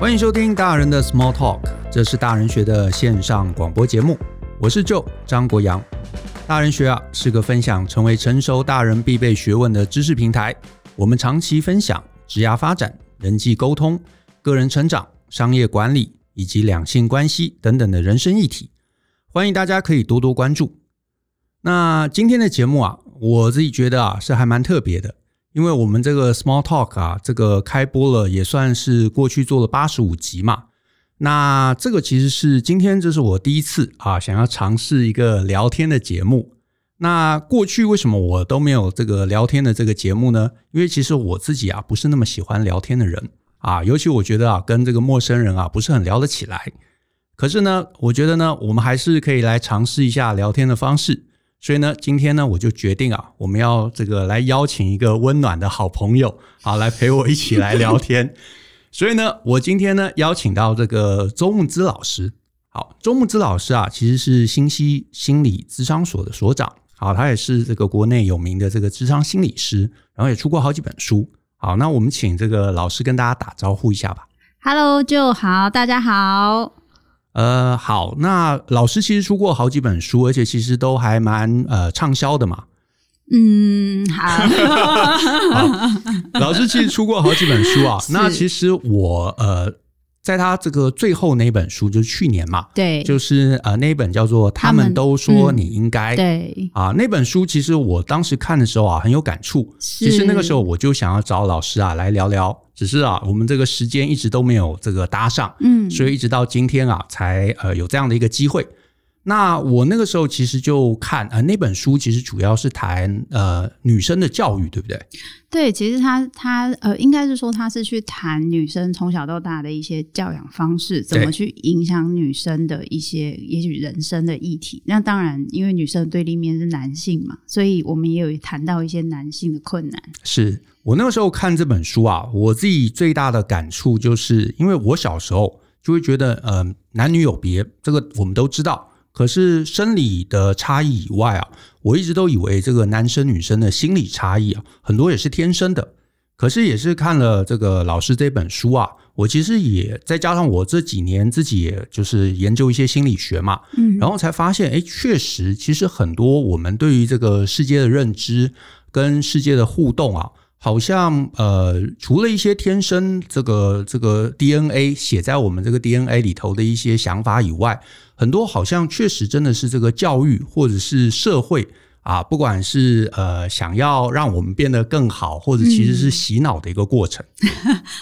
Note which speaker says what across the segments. Speaker 1: 欢迎收听《大人的 Small Talk》，这是大人学的线上广播节目，我是舅张国阳。大人学啊是个分享成为成熟大人必备学问的知识平台，我们长期分享职涯发展、人际沟通、个人成长、商业管理以及两性关系等等的人生议题，欢迎大家可以多多关注。那今天的节目啊，我自己觉得啊是还蛮特别的，因为我们这个 Small Talk 啊，这个开播了也算是过去做了八十五集嘛。那这个其实是今天这是我第一次啊，想要尝试一个聊天的节目。那过去为什么我都没有这个聊天的这个节目呢？因为其实我自己啊不是那么喜欢聊天的人啊，尤其我觉得啊跟这个陌生人啊不是很聊得起来。可是呢，我觉得呢，我们还是可以来尝试一下聊天的方式。所以呢，今天呢，我就决定啊，我们要这个来邀请一个温暖的好朋友啊，来陪我一起来聊 天。所以呢，我今天呢邀请到这个周木之老师。好，周木之老师啊，其实是新西心理咨商所的所长。好，他也是这个国内有名的这个咨商心理师，然后也出过好几本书。好，那我们请这个老师跟大家打招呼一下吧。
Speaker 2: Hello，就好，大家好。
Speaker 1: 呃，好，那老师其实出过好几本书，而且其实都还蛮呃畅销的嘛。
Speaker 2: 嗯， 好，
Speaker 1: 老师其实出过好几本书啊。
Speaker 2: 是
Speaker 1: 那其实我呃，在他这个最后那本书，就是去年嘛，
Speaker 2: 对，
Speaker 1: 就是呃那一本叫做《他
Speaker 2: 他们
Speaker 1: 们都说
Speaker 2: 嗯
Speaker 1: 你应该》
Speaker 2: 对，
Speaker 1: 啊，那本书其实我当时看的时候啊，很有感触。其实那个时候，我就想要找老师啊来聊聊，只是啊我们这个时间一直都没有这个搭上，
Speaker 2: 嗯，
Speaker 1: 所以一直到今天啊才呃有这样的一个机会。那我那个时候其实就看啊、呃、那本书，其实主要是谈呃女生的教育，对不对？
Speaker 2: 对，其实他他呃，应该是说他是去谈女生从小到大的一些教养方式，怎么
Speaker 1: 对
Speaker 2: 去影响女生的一些也许人生的议题。那当然，因为女生的对立面是男性嘛，所以我们也有谈到一些男性的困难。
Speaker 1: 是我那个时候看这本书啊，我自己最大的感触就是，因为我小时候就会觉得，嗯、男女有别，这个我们都知道。可是生理的差异以外啊，我一直都以为这个男生女生的心理差异啊，很多也是天生的。可是也是看了这个老师这本书啊，我其实也再加上我这几年自己也就是研究一些心理学嘛，
Speaker 2: 嗯，
Speaker 1: 然后才发现，哎，确实，其实很多我们对于这个世界的认知跟世界的互动啊，好像呃，除了一些天生这个这个 DNA 写在我们这个 DNA 里头的一些想法以外，很多好像确实真的是这个教育或者是社会。啊，不管是呃想要让我们变得更好，或者其实是
Speaker 2: 嗯
Speaker 1: 洗脑的一个过程，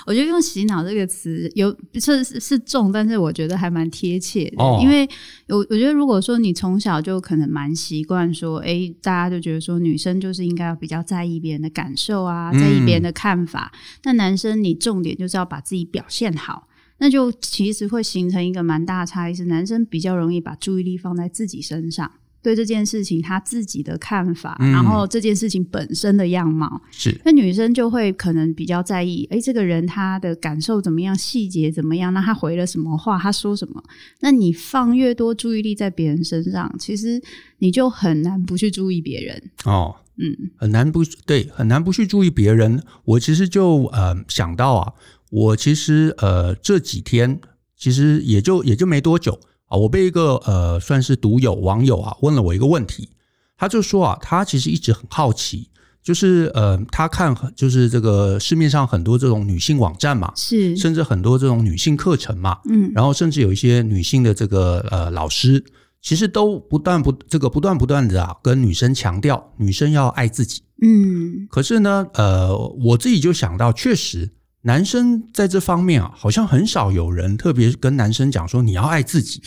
Speaker 2: 我觉得用“洗脑”这个词有是是是重，但是我觉得还蛮贴切的，
Speaker 1: 哦
Speaker 2: 因为我我觉得如果说你从小就可能蛮习惯说，哎、大家就觉得说女生就是应该要比较在意别人的感受啊，
Speaker 1: 嗯
Speaker 2: 在意别人的看法，那男生你重点就是要把自己表现好。那就其实会形成一个蛮大的差异，是男生比较容易把注意力放在自己身上，对这件事情他自己的看法，
Speaker 1: 嗯
Speaker 2: 然后这件事情本身的样貌，
Speaker 1: 是
Speaker 2: 那女生就会可能比较在意，哎，这个人他的感受怎么样，细节怎么样，那他回了什么话，他说什么？那你放越多注意力在别人身上，其实你就很难不去注意别人。
Speaker 1: 哦，
Speaker 2: 嗯，
Speaker 1: 很难不对，很难不去注意别人。我其实就呃想到啊，我其实呃这几天其实也就也就没多久啊，我被一个呃算是读友网友啊问了我一个问题，他就说啊，他其实一直很好奇，就是呃他看很就是这个市面上很多这种女性网站嘛，
Speaker 2: 是，
Speaker 1: 甚至很多这种女性课程嘛，
Speaker 2: 嗯，
Speaker 1: 然后甚至有一些女性的这个呃老师，其实都不断不这个不断不断的啊跟女生强调女生要爱自己。
Speaker 2: 嗯，
Speaker 1: 可是呢，呃，我自己就想到，确实男生在这方面啊，好像很少有人特别跟男生讲说你要爱自 己。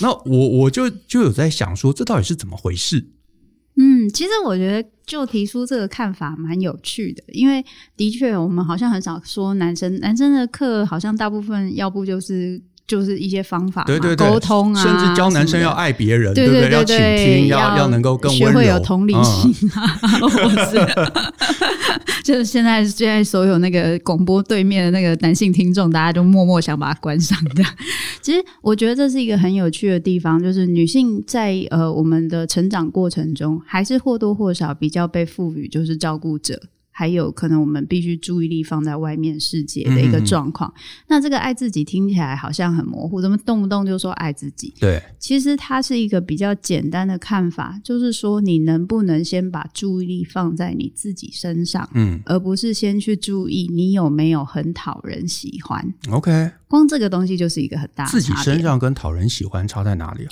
Speaker 1: 那我我就就有在想说，这到底是怎么回事？
Speaker 2: 嗯，其实我觉得就提出这个看法蛮有趣的，因为的确我们好像很少说男生，男生的课好像大部分要不就是。就是一些方法嘛，
Speaker 1: 对对对，
Speaker 2: 沟通啊，
Speaker 1: 甚至教男
Speaker 2: 什
Speaker 1: 生
Speaker 2: 么
Speaker 1: 要
Speaker 2: 的
Speaker 1: 爱别人，
Speaker 2: 对
Speaker 1: 不
Speaker 2: 对
Speaker 1: 要
Speaker 2: 对
Speaker 1: 倾听，要
Speaker 2: 要
Speaker 1: 要能够更
Speaker 2: 学
Speaker 1: 温柔，
Speaker 2: 会有同理
Speaker 1: 嗯
Speaker 2: 心啊， 或是 就是现在现在所有那个广播对面的那个男性听众，大家都默默想把它关上的。其实我觉得这是一个很有趣的地方，就是女性在呃我们的成长过程中，还是或多或少比较被赋予就是照顾者。还有可能我们必须注意力放在外面世界的
Speaker 1: 嗯
Speaker 2: 一个状况。那这个爱自己听起来好像很模糊，怎么动不动就说爱自己？
Speaker 1: 对，
Speaker 2: 其实它是一个比较简单的看法，就是说你能不能先把注意力放在你自己身上，
Speaker 1: 嗯
Speaker 2: 而不是先去注意你有没有很讨人喜欢。
Speaker 1: ，OK，
Speaker 2: 光这个东西就是一个很大的
Speaker 1: 自己
Speaker 2: 差别
Speaker 1: 身上跟讨人喜欢差在哪里啊？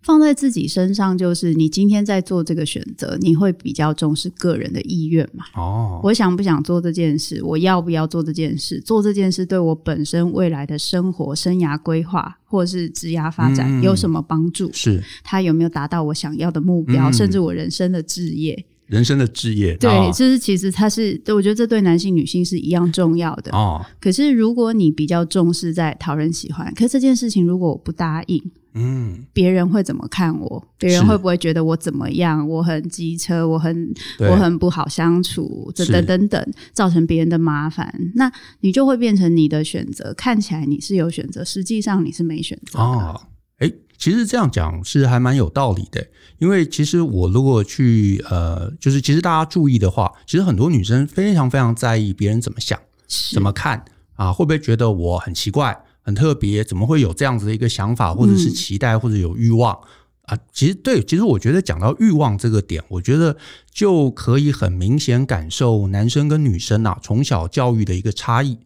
Speaker 2: 放在自己身上，就是你今天在做这个选择，你会比较重视个人的意愿嘛？
Speaker 1: 哦，
Speaker 2: 我想不想做这件事？我要不要做这件事？做这件事对我本身未来的生活、生涯规划或是职涯发展
Speaker 1: 嗯
Speaker 2: 有什么帮助？
Speaker 1: 是
Speaker 2: 它有没有达到我想要的目标，
Speaker 1: 嗯
Speaker 2: 甚至我人生的志业？
Speaker 1: 人生的置业，
Speaker 2: 对，
Speaker 1: 哦
Speaker 2: 就是其实它是，对我觉得这对男性、女性是一样重要的。
Speaker 1: 哦，
Speaker 2: 可是如果你比较重视在讨人喜欢，可是这件事情如果我不答应，
Speaker 1: 嗯，
Speaker 2: 别人会怎么看我？别人
Speaker 1: 是
Speaker 2: 会不会觉得我怎么样？我很机车，我很
Speaker 1: 对
Speaker 2: 我很不好相处，等
Speaker 1: 是
Speaker 2: 等等等，造成别人的麻烦。那你就会变成你的选择，看起来你是有选择，实际上你是没选择的。
Speaker 1: 哦，哎，其实这样讲是还蛮有道理的，因为其实我如果去呃，就是其实大家注意的话，其实很多女生非常非常在意别人怎么想、
Speaker 2: 是
Speaker 1: 怎么看啊，会不会觉得我很奇怪、很特别，怎么会有这样子的一个想法，或者是
Speaker 2: 嗯
Speaker 1: 期待，或者有欲望。啊，其实对，其实我觉得讲到欲望这个点，我觉得就可以很明显感受男生跟女生啊从小教育的一个差异，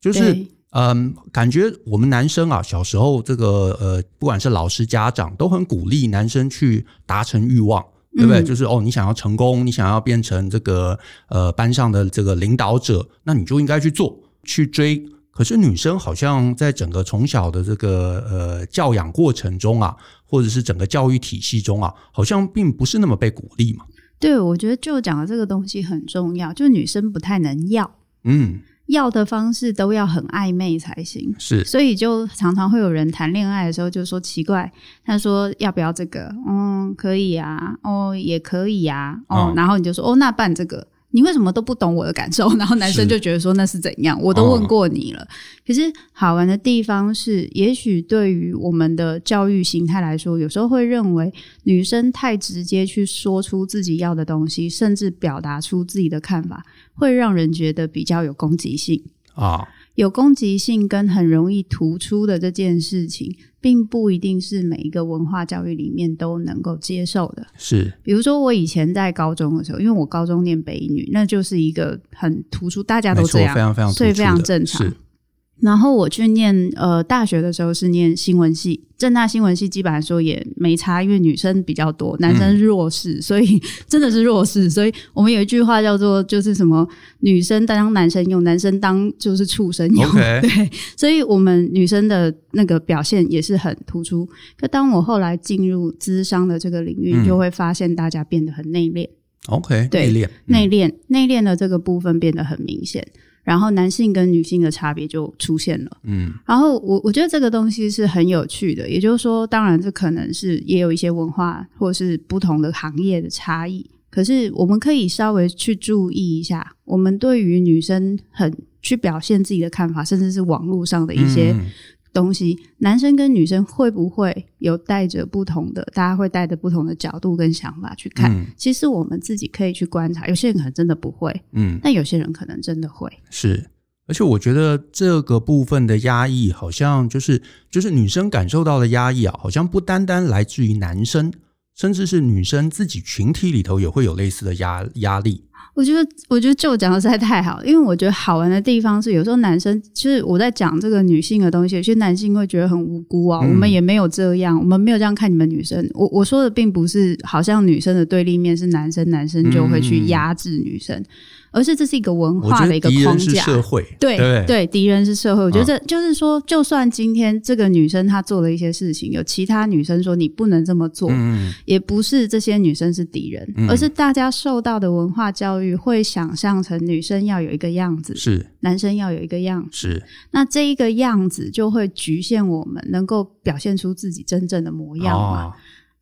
Speaker 1: 就是
Speaker 2: 对
Speaker 1: 嗯，感觉我们男生啊，小时候这个呃，不管是老师、家长，都很鼓励男生去达成欲望，对不对？
Speaker 2: 嗯
Speaker 1: 就是哦，你想要成功，你想要变成这个呃班上的这个领导者，那你就应该去做，去追。可是女生好像在整个从小的这个呃教养过程中啊，或者是整个教育体系中啊，好像并不是那么被鼓励嘛。
Speaker 2: 对，我觉得就讲的这个东西很重要，就是女生不太能要，
Speaker 1: 嗯，
Speaker 2: 要的方式都要很暧昧才行。
Speaker 1: 是
Speaker 2: 所以就常常会有人谈恋爱的时候就说奇怪，他说要不要这个？嗯，可以啊，哦，也可以啊，哦，
Speaker 1: 嗯
Speaker 2: 然后你就说哦，那办这个。你为什么都不懂我的感受？ 然后男生
Speaker 1: 是
Speaker 2: 就觉得说那是怎样？我都问过你
Speaker 1: 嗯
Speaker 2: 了。可是好玩的地方是，也许对于我们的教育形态来说，有时候会认为女生太直接去说出自己要的东西，甚至表达出自己的看法，会让人觉得比较有攻击性。
Speaker 1: 啊，
Speaker 2: 有攻击性跟很容易突出的这件事情，并不一定是每一个文化教育里面都能够接受的。
Speaker 1: 是
Speaker 2: 比如说，我以前在高中的时候，因为我高中念北一女，那就是一个很突出，大家
Speaker 1: 没
Speaker 2: 都
Speaker 1: 错，
Speaker 2: 这样，
Speaker 1: 非常非常
Speaker 2: 所以
Speaker 1: 突出
Speaker 2: 非常
Speaker 1: 的
Speaker 2: 正常
Speaker 1: 是。
Speaker 2: 然后我去念呃大学的时候是念新闻系，正大新闻系基本来说也没差，因为女生比较多，男
Speaker 1: 嗯
Speaker 2: 生弱势，所以 真的是弱势。所以我们有一句话叫做就是什么女生当男生用，男生当就是畜生用。
Speaker 1: OK
Speaker 2: 对，所以我们女生的那个表现也是很突出。可当我后来进入资商的这个领域，
Speaker 1: 嗯
Speaker 2: 就会发现大家变得很内敛。
Speaker 1: OK
Speaker 2: 对
Speaker 1: 内敛
Speaker 2: 内敛内敛的这个部分变得很明显，然后男性跟女性的差别就出现了。
Speaker 1: 嗯
Speaker 2: 然后我我觉得这个东西是很有趣的，也就是说，当然这可能是也有一些文化或是不同的行业的差异，可是我们可以稍微去注意一下，我们对于女生很去表现自己的看法，甚至是网络上的一些
Speaker 1: 嗯嗯
Speaker 2: 东西，男生跟女生会不会有带着不同的，大家会带着不同的角度跟想法去看？
Speaker 1: 嗯
Speaker 2: 其实我们自己可以去观察，有些人可能真的不会，
Speaker 1: 嗯
Speaker 2: 但有些人可能真的会。
Speaker 1: 是，而且我觉得这个部分的压抑，好像就是就是女生感受到的压抑啊，好像不单单来自于男生，甚至是女生自己群体里头也会有类似的压压力。
Speaker 2: 我觉得，我觉得就讲的实在太好了，因为我觉得好玩的地方是，有时候男生就是我在讲这个女性的东西，有些男性会觉得很无辜啊，
Speaker 1: 嗯
Speaker 2: 我们也没有这样，我们没有这样看你们女生。我我说的并不是好像女生的对立面是男生，男生就会去压制女生，而是这是一个文
Speaker 1: 嗯我
Speaker 2: 化
Speaker 1: 觉
Speaker 2: 的一
Speaker 1: 得
Speaker 2: 个
Speaker 1: 敌
Speaker 2: 框
Speaker 1: 人是
Speaker 2: 架。
Speaker 1: 社会，
Speaker 2: 对
Speaker 1: 对啊不，
Speaker 2: 敌人是社会。我觉得这、就是说，就算今天这个女生她做了一些事情，有其他女生说你不能这么做，
Speaker 1: 嗯，
Speaker 2: 也不是这些女生是敌人，
Speaker 1: 嗯
Speaker 2: 而是大家受到的文化教育会想象成女生要有一个样子，
Speaker 1: 是
Speaker 2: 男生要有一个样子。
Speaker 1: 是
Speaker 2: 那这一个样子就会局限我们能够表现出自己真正的模样嘛。
Speaker 1: 哦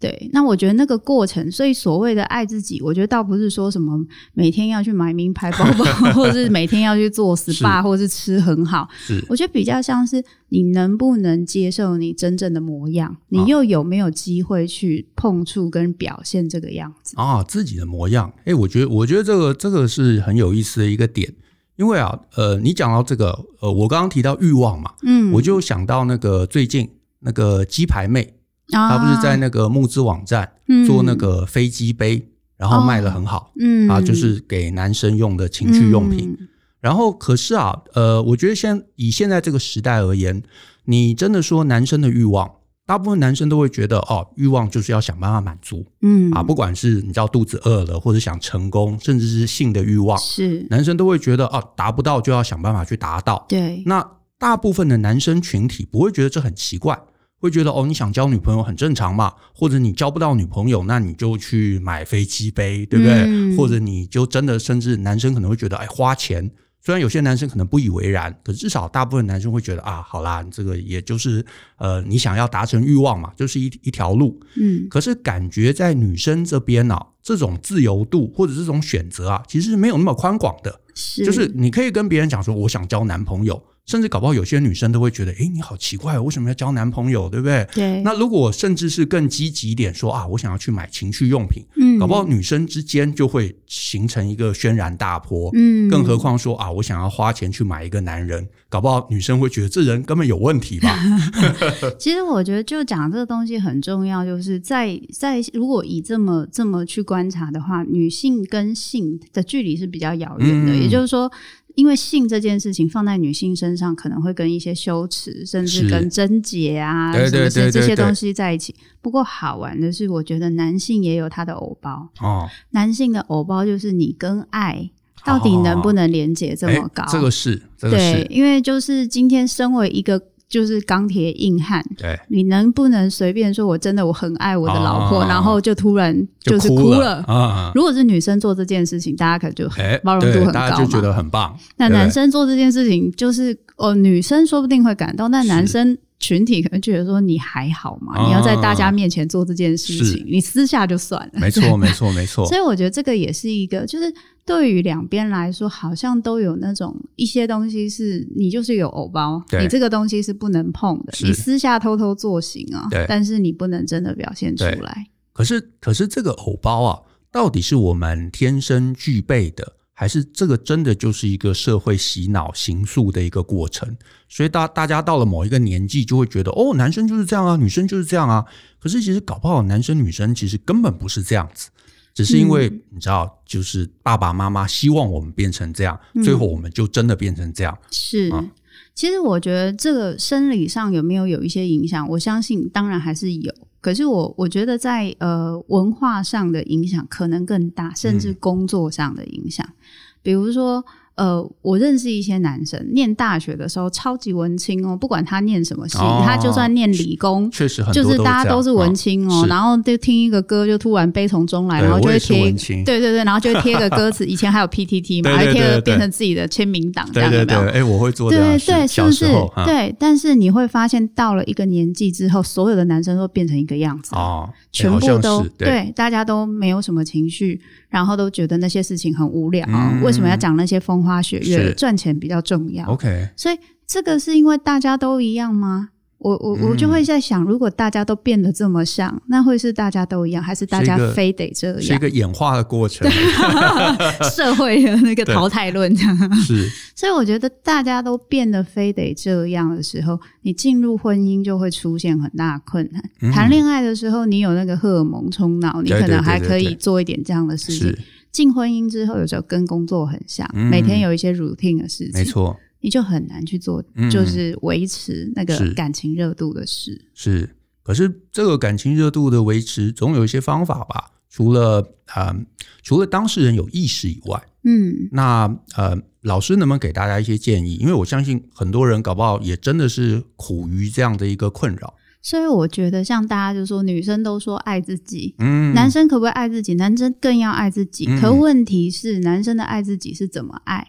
Speaker 2: 对，那我觉得那个过程，所以所谓的爱自己，我觉得倒不是说什么每天要去买名牌包包， 或是每天要去做 SPA，或是吃很好。
Speaker 1: 是
Speaker 2: 我觉得比较像是你能不能接受你真正的模样，你又有没有机会去碰触跟表现这个样子？
Speaker 1: 啊，自己的模样。哎、我觉得，我觉得这个这个是很有意思的一个点，因为啊，呃，你讲到这个，呃，我刚刚提到欲望嘛，
Speaker 2: 嗯，
Speaker 1: 我就想到那个最近那个鸡排妹，她
Speaker 2: 他
Speaker 1: 不是在那个募资网站
Speaker 2: 啊
Speaker 1: 做那个飞机杯，然后卖的很好、
Speaker 2: 嗯
Speaker 1: 啊，就是给男生用的情趣用品。，
Speaker 2: 嗯
Speaker 1: 然后，可是啊，呃，我觉得现以现在这个时代而言，你真的说男生的欲望，大部分男生都会觉得哦，欲望就是要想办法满足
Speaker 2: 嗯
Speaker 1: 啊，不管是你知道肚子饿了，或者想成功，甚至是性的欲望，
Speaker 2: 是
Speaker 1: 男生都会觉得哦，达不到就要想办法去达到。
Speaker 2: 对，
Speaker 1: 那大部分的男生群体不会觉得这很奇怪，会觉得哦，你想交女朋友很正常嘛，或者你交不到女朋友，那你就去买飞机杯，对不对？
Speaker 2: 嗯
Speaker 1: 或者你就真的，甚至男生可能会觉得，哎，花钱。虽然有些男生可能不以为然，可至少大部分男生会觉得啊，好啦，这个也就是呃，你想要达成欲望嘛，就是一一条路。
Speaker 2: 嗯
Speaker 1: 可是感觉在女生这边呢、这种自由度或者这种选择啊，其实是没有那么宽广的。
Speaker 2: 是
Speaker 1: 就是你可以跟别人讲说，我想交男朋友，甚至搞不好有些女生都会觉得，诶，你好奇怪，哦为什么要交男朋友，对不对？
Speaker 2: 对，
Speaker 1: 那如果我甚至是更积极一点说啊，我想要去买情趣用品，
Speaker 2: 嗯
Speaker 1: 搞不好女生之间就会形成一个轩然大波。
Speaker 2: 嗯，
Speaker 1: 更何况说啊，我想要花钱去买一个男人，搞不好女生会觉得这人根本有问题吧？
Speaker 2: 其实我觉得，就讲这个东西很重要，就是在在如果以这么这么去观察的话，女性跟性的距离是比较遥远的，
Speaker 1: 嗯
Speaker 2: 也就是说。因为性这件事情放在女性身上，可能会跟一些羞耻，甚至
Speaker 1: 是
Speaker 2: 跟贞洁啊，
Speaker 1: 对对
Speaker 2: 什么
Speaker 1: 对对
Speaker 2: 这
Speaker 1: 对
Speaker 2: 些东西在一起。不过好玩的是，我觉得男性也有他的偶包，
Speaker 1: 哦，
Speaker 2: 男性的偶包就是你跟爱到底能不能连接这
Speaker 1: 哦诶
Speaker 2: 么高？
Speaker 1: 哎这个是，这个
Speaker 2: 对，
Speaker 1: 是，
Speaker 2: 因为就是今天身为一个就是钢铁硬汉，
Speaker 1: 对，
Speaker 2: 你能不能随便说我真的我很爱我的老婆，
Speaker 1: 啊
Speaker 2: 然后就突然就是
Speaker 1: 哭
Speaker 2: 了？
Speaker 1: 啊。
Speaker 2: 如果是女生做这件事情，大家可能就很
Speaker 1: 哎，
Speaker 2: 包容度
Speaker 1: 对
Speaker 2: 很
Speaker 1: 大家
Speaker 2: 高
Speaker 1: 就觉
Speaker 2: 嘛。
Speaker 1: 得很棒。
Speaker 2: 那
Speaker 1: 对不对
Speaker 2: 男生做这件事情，就是哦，女生说不定会感动，但
Speaker 1: 是
Speaker 2: 男生群体可能觉得说你还好嘛，
Speaker 1: 啊
Speaker 2: 你要在大家面前做这件事
Speaker 1: 是
Speaker 2: 情，你私下就算了。
Speaker 1: 没错，没错，没 错。
Speaker 2: 所以我觉得这个也是一个，就是对于两边来说，好像都有那种一些东西是你就是有偶包，
Speaker 1: 对
Speaker 2: 你这个东西是不能碰的，
Speaker 1: 是
Speaker 2: 你私下偷偷做行啊
Speaker 1: 对，
Speaker 2: 但是你不能真的表现出来。
Speaker 1: 可是，可是这个偶包啊，到底是我们天生具备的，还是这个真的就是一个社会洗脑、形塑的一个过程？所以大大家到了某一个年纪，就会觉得哦，男生就是这样啊，女生就是这样啊。可是其实搞不好，男生女生其实根本不是这样子。只是因为
Speaker 2: 嗯
Speaker 1: 你知道，就是爸爸妈妈希望我们变成这样，
Speaker 2: 嗯
Speaker 1: 最后我们就真的变成这样。
Speaker 2: 是
Speaker 1: 啊，
Speaker 2: 其实我觉得这个生理上有没有有一些影响，我相信当然还是有。可是我我觉得在呃文化上的影响可能更大，甚至
Speaker 1: 嗯
Speaker 2: 工作上的影响，比如说。呃，我认识一些男生，念大学的时候超级文青哦，不管他念什么系，
Speaker 1: 哦
Speaker 2: 他就算念理工，
Speaker 1: 确实很
Speaker 2: 就
Speaker 1: 多
Speaker 2: 是
Speaker 1: 这
Speaker 2: 大
Speaker 1: 样
Speaker 2: 家都是文青
Speaker 1: 啊
Speaker 2: 哦，
Speaker 1: 是
Speaker 2: 然后就听一个歌就突然悲从中来，
Speaker 1: 对
Speaker 2: 然后
Speaker 1: 我
Speaker 2: 就会
Speaker 1: 也是
Speaker 2: 贴一
Speaker 1: 文
Speaker 2: 个
Speaker 1: 青
Speaker 2: 对对对，然后就会贴个歌词，以前还有 PTT 嘛，
Speaker 1: 对
Speaker 2: 还
Speaker 1: 对对
Speaker 2: 贴个
Speaker 1: 对对
Speaker 2: 变成自己的签名档这
Speaker 1: 对
Speaker 2: 样，有
Speaker 1: 对
Speaker 2: 没
Speaker 1: 对，
Speaker 2: 有？
Speaker 1: 哎、我会做这样
Speaker 2: 对
Speaker 1: 的事。
Speaker 2: 对，是
Speaker 1: 小
Speaker 2: 不
Speaker 1: 时
Speaker 2: 是
Speaker 1: 候？啊
Speaker 2: 对，但是你会发现，到了一个年纪之后，所有的男生都变成一个样子，
Speaker 1: 哦，哎
Speaker 2: 全
Speaker 1: 好
Speaker 2: 部
Speaker 1: 像
Speaker 2: 都
Speaker 1: 是
Speaker 2: 对，大家都没有什么情绪，然后都觉得那些事情很无聊，
Speaker 1: 嗯
Speaker 2: 为什么要讲那些风花雪月？
Speaker 1: 是
Speaker 2: 赚钱比较重要。
Speaker 1: OK，
Speaker 2: 所以这个是因为大家都一样吗？我我我
Speaker 1: 嗯
Speaker 2: 就会在想，如果大家都变得这么像，那会是大家都一样，还是大
Speaker 1: 是一
Speaker 2: 家
Speaker 1: 个
Speaker 2: 非得这
Speaker 1: 是一
Speaker 2: 样？
Speaker 1: 个演化的过程，
Speaker 2: 啊 社会的那个
Speaker 1: 对
Speaker 2: 淘汰论这样。
Speaker 1: 是
Speaker 2: 所以我觉得大家都变得非得这样的时候，你进入婚姻就会出现很大的困难。
Speaker 1: 嗯
Speaker 2: 谈恋爱的时候，你有那个荷尔蒙冲脑，你
Speaker 1: 对
Speaker 2: 可
Speaker 1: 对对
Speaker 2: 能还
Speaker 1: 对
Speaker 2: 可
Speaker 1: 对
Speaker 2: 以做一点这样的事情
Speaker 1: 是。，
Speaker 2: 进婚姻之后，有时候跟工作很像，
Speaker 1: 嗯
Speaker 2: 每天有一些 routine 的事情，
Speaker 1: 没，错，
Speaker 2: 你就很难去做，
Speaker 1: 嗯
Speaker 2: 就是维持那
Speaker 1: 是
Speaker 2: 个感情热度的事。
Speaker 1: 是。可是这个感情热度的维持，总有一些方法吧？除了啊、呃除了当事人有意识以外，
Speaker 2: 嗯，
Speaker 1: 那呃，老师能不能给大家一些建议？因为我相信很多人搞不好也真的是苦于这样的一个困扰。
Speaker 2: 所以我觉得像大家就说，女生都说爱自己，
Speaker 1: 嗯，
Speaker 2: 男生可不可以爱自己？男生更要爱自己。
Speaker 1: 嗯
Speaker 2: 可问题是，男生的爱自己是怎么爱？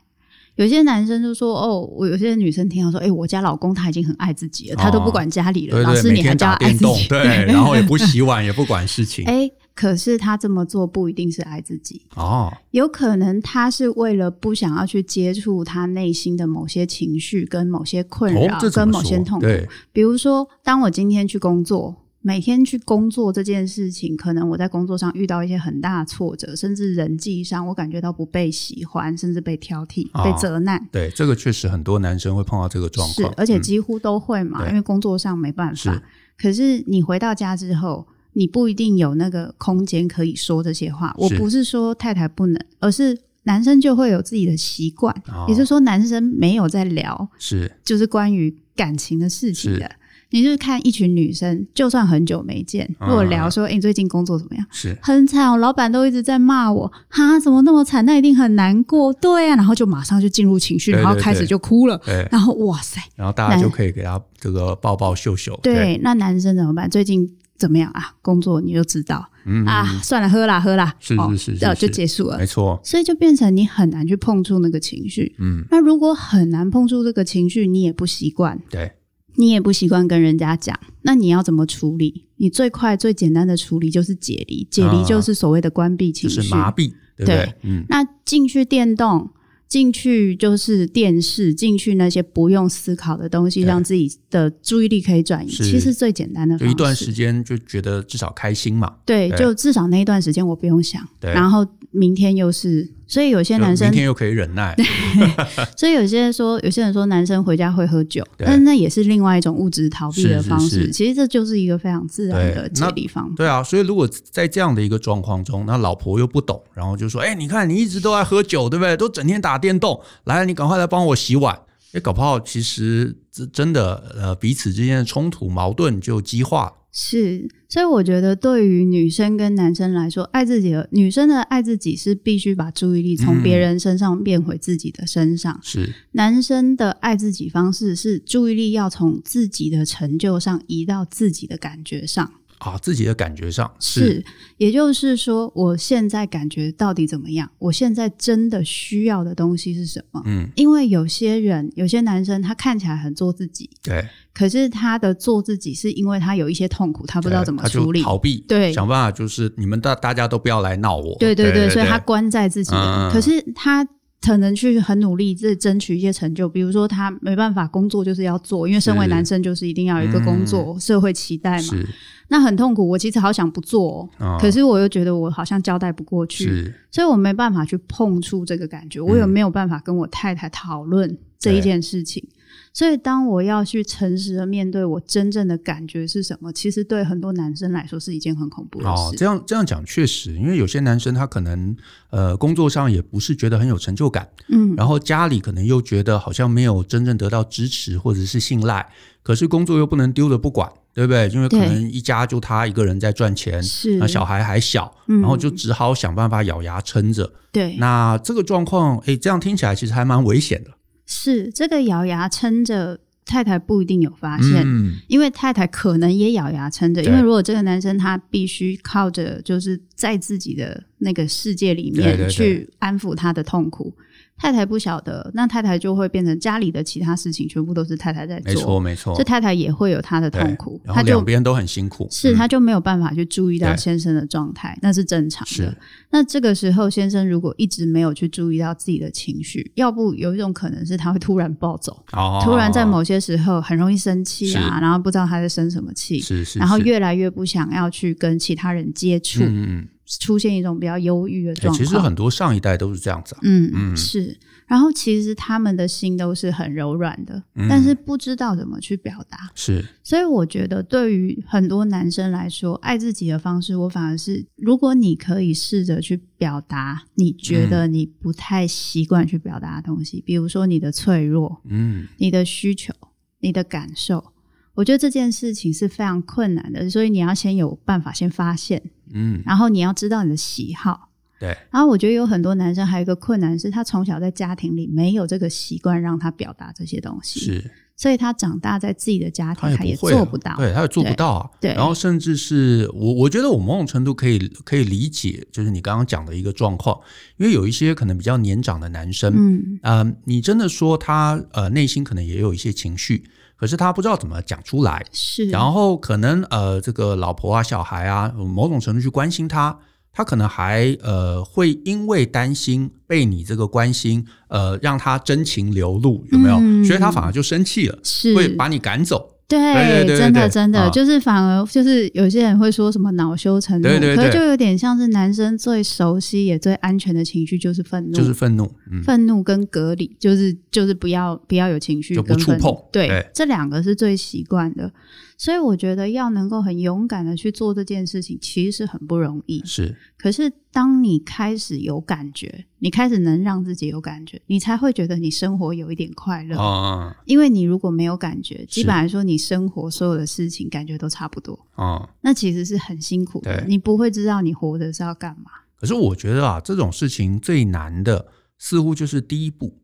Speaker 2: 有些男生就说：“哦，我有些女生听到说，哎、我家老公他已经很爱自己了，他都不管家里了，
Speaker 1: 哦对
Speaker 2: 老
Speaker 1: 对，
Speaker 2: 师
Speaker 1: 每
Speaker 2: 你还
Speaker 1: 天
Speaker 2: 叫
Speaker 1: 打
Speaker 2: 他爱
Speaker 1: 电
Speaker 2: 自
Speaker 1: 动
Speaker 2: 己，，
Speaker 1: 对，然后也不洗碗，也不管事情，
Speaker 2: 哎、可是他这么做不一定是爱自己，
Speaker 1: 哦，
Speaker 2: 有可能他是为了不想要去接触他内心的某些情绪、跟某些困
Speaker 1: 哦
Speaker 2: 扰、，
Speaker 1: 这怎
Speaker 2: 跟
Speaker 1: 么
Speaker 2: 某些
Speaker 1: 说
Speaker 2: 痛苦。
Speaker 1: 对，
Speaker 2: 比如说，当我今天去工作，每天去工作这件事情，可能我在工作上遇到一些很大的挫折，甚至人际上我感觉到不被喜欢，甚至被挑剔、
Speaker 1: 哦
Speaker 2: 被责难。
Speaker 1: 对，这个确实很多男生会碰到这个状
Speaker 2: 是
Speaker 1: 况，，
Speaker 2: 而且
Speaker 1: 嗯
Speaker 2: 几乎都会嘛，
Speaker 1: 对
Speaker 2: 因为工作上没办
Speaker 1: 是
Speaker 2: 法。可是你回到家之后，你不一定有那个空间可以说这些话。我
Speaker 1: 是
Speaker 2: 不是说太太不能，而是男生就会有自己的习惯，
Speaker 1: 哦
Speaker 2: 也就是说，男生没有在聊
Speaker 1: 是
Speaker 2: 就是关于感情的事情的。你就是看一群女生，就算很久没见，
Speaker 1: 嗯
Speaker 2: 如果聊说，哎、你最近工作怎么样？
Speaker 1: 是
Speaker 2: 很惨哦，老板都一直在骂我，哈，怎么那么惨？那一定很难过，对啊，然后就马上就进入情绪，
Speaker 1: 对
Speaker 2: 然后
Speaker 1: 对
Speaker 2: 开始
Speaker 1: 对
Speaker 2: 就哭了，
Speaker 1: 对，
Speaker 2: 然后哇塞，
Speaker 1: 然后大家
Speaker 2: 男
Speaker 1: 就可以给他这个抱抱秀秀，
Speaker 2: 对，，那男生怎么办？最近怎么样啊？工作你就知道、
Speaker 1: 嗯，
Speaker 2: 啊，算了，喝啦喝啦，
Speaker 1: 是
Speaker 2: 哦
Speaker 1: 是是是
Speaker 2: 呃
Speaker 1: 是
Speaker 2: 就结束了
Speaker 1: 没。错，
Speaker 2: 所以就变成你很难去碰触那个情绪。
Speaker 1: 嗯，
Speaker 2: 那如果很难碰触这个情绪，你也不习惯，
Speaker 1: 对，
Speaker 2: 你也不习惯跟人家讲，那你要怎么处理？你最快最简单的处理就是解离，解离就是所谓的关闭情
Speaker 1: 啊就是
Speaker 2: 绪。
Speaker 1: 麻痹，对不
Speaker 2: 对
Speaker 1: 对？嗯，
Speaker 2: 那进去电动，进去就是电视，进去那些不用思考的东西，
Speaker 1: 对
Speaker 2: 让自己的注意力可以转移，
Speaker 1: 是
Speaker 2: 其实最简单的
Speaker 1: 就
Speaker 2: 方式。
Speaker 1: 一段时间就觉得至少开心嘛，
Speaker 2: 对，
Speaker 1: 对
Speaker 2: 就至少那一段时间我不用想，
Speaker 1: 对
Speaker 2: 然后明天又是，所以有些
Speaker 1: 就
Speaker 2: 男生
Speaker 1: 明，天又可以忍耐，
Speaker 2: 所以有些人说，有些人说男生回家会喝酒，
Speaker 1: 对
Speaker 2: 但那也是另外一种物质逃避的
Speaker 1: 是是
Speaker 2: 方式。
Speaker 1: 是
Speaker 2: 其实这就是一个非常自然的
Speaker 1: 对那
Speaker 2: 解离方法。
Speaker 1: 对啊，所以如果在这样的一个状况中，那老婆又不懂，然后就说：“哎、你看你一直都爱喝酒，对不对？都整天打电动，来，你赶快来帮我洗碗。”哎，搞不好其实这真的呃彼此之间的冲突矛盾就激化了。
Speaker 2: 是，所以我觉得对于女生跟男生来说，爱自己的女生的爱自己是必须把注意力从
Speaker 1: 嗯
Speaker 2: 别人身上变回自己的身上，
Speaker 1: 是
Speaker 2: 男生的爱自己方式是注意力要从自己的成就上移到自己的感觉上。
Speaker 1: 啊，自己的感觉上
Speaker 2: 是，也就是说，我现在感觉到底怎么样？我现在真的需要的东西是什么？
Speaker 1: 嗯，
Speaker 2: 因为有些人，有些男生，他看起来很做自己，
Speaker 1: 对，
Speaker 2: 可是他的做自己是因为他有一些痛苦，他不知道
Speaker 1: 对
Speaker 2: 怎么
Speaker 1: 呃他就
Speaker 2: 处理。
Speaker 1: 逃避，
Speaker 2: 对
Speaker 1: 想办法就是你们大大家都不要来闹我。
Speaker 2: 对对
Speaker 1: 对
Speaker 2: 对，所以他关在自己里。
Speaker 1: 嗯嗯嗯
Speaker 2: 可是他可能去很努力，这争取一些成就，比如说他没办法工作就是要做，因为身为
Speaker 1: 是
Speaker 2: 男生就是一定要有一个工作，社会期待嘛。
Speaker 1: 嗯是
Speaker 2: 那很痛苦，我其实好想不做、哦，
Speaker 1: 啊，
Speaker 2: 可是我又觉得我好像交代不过去。
Speaker 1: 是嗯
Speaker 2: 所以我没办法去碰触这个感觉，我也没有办法跟我太太讨论这一件事情。所以，当我要去诚实的面对我真正的感觉是什么，其实对很多男生来说是一件很恐怖的
Speaker 1: 哦，
Speaker 2: 事。
Speaker 1: 这样这样讲确实，因为有些男生他可能呃工作上也不是觉得很有成就感，
Speaker 2: 嗯，
Speaker 1: 然后家里可能又觉得好像没有真正得到支持或者是信赖，可是工作又不能丢了不管，对不对？因为可
Speaker 2: 对
Speaker 1: 能一家就他一个人在赚钱，
Speaker 2: 是
Speaker 1: 那小孩还小，
Speaker 2: 嗯
Speaker 1: 然后就只好想办法咬牙撑着。
Speaker 2: 对，
Speaker 1: 那这个状况，哎，这样听起来其实还蛮危险的。
Speaker 2: 是这个咬牙撑着，太太不一定有发现。，因为太太可能也咬牙撑着，
Speaker 1: 嗯对
Speaker 2: 因为如果这个男生他必须靠着就是在自己的那个世界里
Speaker 1: 对对
Speaker 2: 面
Speaker 1: 对
Speaker 2: 去安抚他的痛苦，太太不晓得，那太太就会变成家里的其他事情全部都是太太在做，
Speaker 1: 没错，没错
Speaker 2: 所以，太太也会有她的
Speaker 1: 对
Speaker 2: 痛苦，
Speaker 1: 然后
Speaker 2: 她就
Speaker 1: 两边都很辛苦，
Speaker 2: 是
Speaker 1: 嗯
Speaker 2: 她就没有办法去注意到
Speaker 1: 对
Speaker 2: 先生的状态，那是正常的
Speaker 1: 是。
Speaker 2: 那这个时候，先生如果一直没有去注意到自己的情绪，要不有一种可能是他会突然暴走。
Speaker 1: 哦
Speaker 2: 突然在某些时候很容易生气啊，
Speaker 1: 是
Speaker 2: 然后不知道他在生什么气，
Speaker 1: 是是，
Speaker 2: 然后
Speaker 1: 是
Speaker 2: 越来越不想要去跟其他人接触，
Speaker 1: 嗯嗯嗯
Speaker 2: 出现一种比较忧郁的
Speaker 1: 哎，
Speaker 2: 状
Speaker 1: 其
Speaker 2: 况。
Speaker 1: 实很多上一代都是这样子啊，
Speaker 2: 嗯
Speaker 1: 嗯
Speaker 2: 是，然后其实他们的心都是很柔软的，
Speaker 1: 嗯
Speaker 2: 但是不知道怎么去表达。
Speaker 1: 是
Speaker 2: 所以我觉得，对于很多男生来说，爱自己的方式，我反而是，如果你可以试着去表达你觉
Speaker 1: 嗯
Speaker 2: 得你不太习惯去表达的东西，比如说你的脆弱，
Speaker 1: 嗯
Speaker 2: 你的需求、你的感受。我觉得这件事情是非常困难的，所以你要先有办法先发现，
Speaker 1: 嗯，
Speaker 2: 然后你要知道你的喜好。
Speaker 1: 对，
Speaker 2: 然后我觉得有很多男生还有一个困难是，他从小在家庭里没有这个习惯让他表达这些东西，
Speaker 1: 是
Speaker 2: 所以他长大在自己的家
Speaker 1: 他
Speaker 2: 庭，他
Speaker 1: 也
Speaker 2: 也
Speaker 1: 不会啊、
Speaker 2: 做不到。
Speaker 1: 对，他也做不到啊。
Speaker 2: 对对
Speaker 1: 然后甚至是我，我觉得我某种程度可以可以理解，就是你刚刚讲的一个状况，因为有一些可能比较年长的男生，
Speaker 2: 嗯，
Speaker 1: 嗯，你真的说他呃内心可能也有一些情绪，可是他不知道怎么讲出来，
Speaker 2: 是。
Speaker 1: 然后可能呃这个老婆啊、小孩啊，某种程度去关心他，他可能还呃会因为担心被你这个关心，呃让他真情流露，有没有？
Speaker 2: 嗯
Speaker 1: 所以他反而就生气了，
Speaker 2: 是
Speaker 1: 会把你赶走。对对
Speaker 2: 对
Speaker 1: 对
Speaker 2: 真
Speaker 1: 对
Speaker 2: 的真的、
Speaker 1: 啊
Speaker 2: 就是反而就是有些人会说什么恼羞成怒，
Speaker 1: 对对
Speaker 2: 可是
Speaker 1: 对
Speaker 2: 就有点像是男生最熟悉也最安全的情绪就是愤怒，
Speaker 1: 就是愤怒，嗯，
Speaker 2: 愤怒跟隔离，就是就是不要不要有情绪
Speaker 1: 就不
Speaker 2: 跟
Speaker 1: 触
Speaker 2: 愤怒
Speaker 1: 碰
Speaker 2: 对，
Speaker 1: 对
Speaker 2: 这两个是最习惯的，所以我觉得要能够很勇敢的去做这件事情，其实是很不容易。
Speaker 1: 是
Speaker 2: 可是当你开始有感觉，你开始能让自己有感觉，你才会觉得你生活有一点快乐。
Speaker 1: 啊
Speaker 2: 因为你如果没有感觉，基本来说你生活所有的事情感觉都差不多，
Speaker 1: 啊！
Speaker 2: 那其实是很辛苦的
Speaker 1: 对。
Speaker 2: 你不会知道你活着是要干嘛。
Speaker 1: 可是我觉得啊，这种事情最难的似乎就是第一步，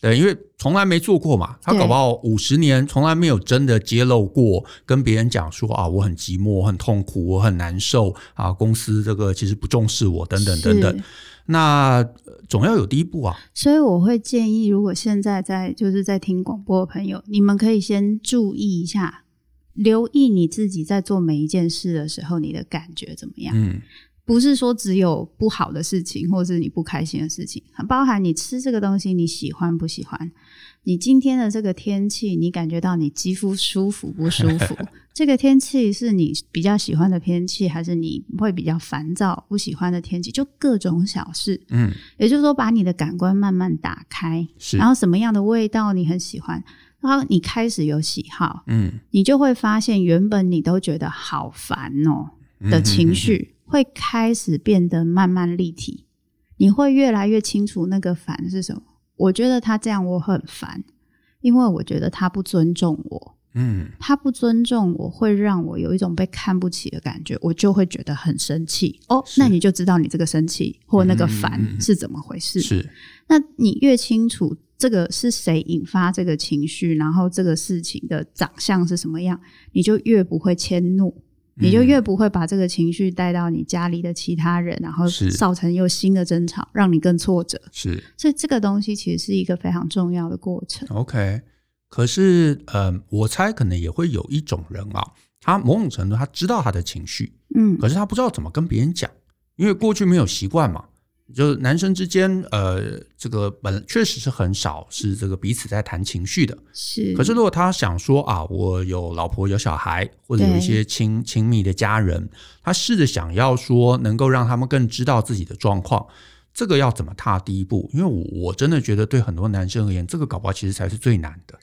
Speaker 1: 对，因为从来没做过嘛。他
Speaker 2: 对
Speaker 1: 搞不好五十年从来没有真的揭露过，跟别人讲说啊，我很寂寞，我很痛苦，我很难受啊，公司这个其实不重视我，等等等等
Speaker 2: 是。
Speaker 1: 那呃总要有第一步啊，
Speaker 2: 所以我会建议，如果现在在就是在听广播的朋友，你们可以先注意一下，留意你自己在做每一件事的时候，你的感觉怎么样。
Speaker 1: 嗯，
Speaker 2: 不是说只有不好的事情，或是你不开心的事情，包含你吃这个东西你喜欢不喜欢，你今天的这个天气，你感觉到你肌肤舒服不舒服？这个天气是你比较喜欢的天气，还是你会比较烦躁不喜欢的天气？就各种小事，
Speaker 1: 嗯，
Speaker 2: 也就是说，把你的感官慢慢打开，
Speaker 1: 是，
Speaker 2: 然后什么样的味道你很喜欢，然后你开始有喜好，
Speaker 1: 嗯
Speaker 2: 你就会发现原本你都觉得好烦哦、
Speaker 1: 嗯
Speaker 2: 的
Speaker 1: 嗯
Speaker 2: 情
Speaker 1: 嗯
Speaker 2: 绪会开始变得慢慢立体，你会越来越清楚那个烦是什么。我觉得他这样我很烦，因为我觉得他不尊重我，
Speaker 1: 嗯
Speaker 2: 他不尊重我会让我有一种被看不起的感觉，我就会觉得很生气。哦，
Speaker 1: 是
Speaker 2: 那你就知道你这个生气或那个
Speaker 1: 嗯嗯嗯
Speaker 2: 烦
Speaker 1: 嗯
Speaker 2: 是怎么回事。
Speaker 1: 是
Speaker 2: 那你越清楚这个是谁引发这个情绪，然后这个事情的长相是什么样，你就越不会迁怒，
Speaker 1: 嗯
Speaker 2: 你就越不会把这个情绪带到你家里的其他人，然后
Speaker 1: 是
Speaker 2: 造成又新的争吵，让你更挫折。
Speaker 1: 是
Speaker 2: 所以这个东西其实是一个非常重要的过程。
Speaker 1: OK，可是嗯、我猜可能也会有一种人啊，他某种程度他知道他的情绪，
Speaker 2: 嗯，
Speaker 1: 可是他不知道怎么跟别人讲，因为过去没有习惯嘛。就是男生之间，呃，这个本确实是很少是这个彼此在谈情绪的。
Speaker 2: 是。
Speaker 1: 可是如果他想说啊，我有老婆有小孩，或者有一些亲亲密的家人，他试着想要说能够让他们更知道自己的状况，这个要怎么踏第一步？因为我我真的觉得对很多男生而言，这个搞不好其实才是最难的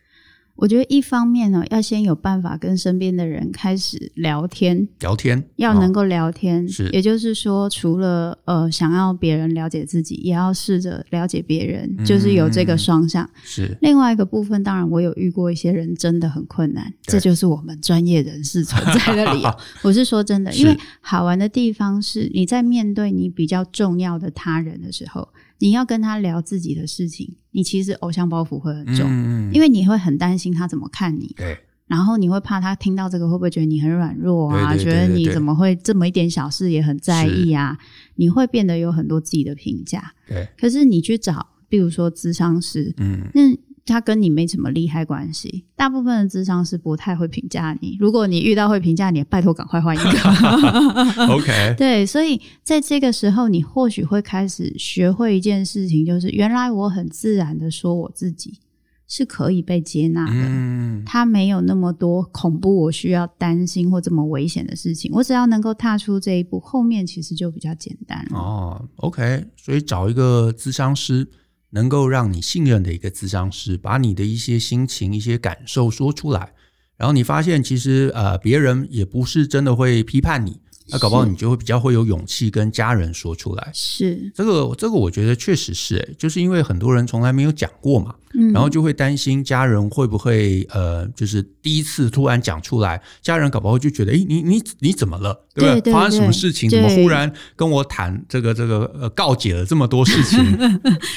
Speaker 2: 我觉得一方面呢，要先有办法跟身边的人开始聊天，
Speaker 1: 聊天，
Speaker 2: 要
Speaker 1: 啊
Speaker 2: 能够聊天，
Speaker 1: 是
Speaker 2: 也就是说，除了呃想要别人了解自己，也要试着了解别人，
Speaker 1: 嗯
Speaker 2: 就是有这个双向。
Speaker 1: 是
Speaker 2: 另外一个部分，当然我有遇过一些人真的很困难，
Speaker 1: 对
Speaker 2: 这就是我们专业人士存在的理由。 我是说真的，
Speaker 1: 是
Speaker 2: 因为好玩的地方是你在面对你比较重要的他人的时候，你要跟他聊自己的事情，你其实偶像包袱会很重，
Speaker 1: 嗯为
Speaker 2: 因为你会很担心他怎么看你。
Speaker 1: 对
Speaker 2: 然后你会怕他听到这个会不会觉得你很软弱啊？
Speaker 1: 对对对
Speaker 2: 觉得
Speaker 1: 对
Speaker 2: 你
Speaker 1: 对
Speaker 2: 怎么会这么一点小事也很在意啊？你会变得有很多自己的评价。
Speaker 1: 对，
Speaker 2: 可是你去找，比如说咨商师，
Speaker 1: 嗯
Speaker 2: 那他跟你没什么利害关系。大部分的咨商师不太会评价你，如果你遇到会评价你，拜托赶快换 一个。
Speaker 1: ，OK，
Speaker 2: 对，所以在这个时候，你或许会开始学会一件事情，就是原来我很自然的说我自己是可以被接纳的。
Speaker 1: 嗯
Speaker 2: 它没有那么多恐怖，我需要担心或这么危险的事情。我只要能够踏出这一步，后面其实就比较简单了。
Speaker 1: 哦，OK，所以找一个咨商师，能够让你信任的一个咨商师，把你的一些心情、一些感受说出来，然后你发现其实呃，别人也不是真的会批判你，那搞不好你就会比较会有勇气跟家人说出来。
Speaker 2: 是，
Speaker 1: 这个这个，我觉得确实是、欸，就是因为很多人从来没有讲过嘛，
Speaker 2: 嗯
Speaker 1: 然后就会担心家人会不会呃，就是第一次突然讲出来，家人搞不好就觉得，诶，你你你怎么了？对不
Speaker 2: 对对
Speaker 1: 发生什么
Speaker 2: 对
Speaker 1: 事情？怎么
Speaker 2: 对
Speaker 1: 忽然跟我谈这个这个呃告解了这么多事 情？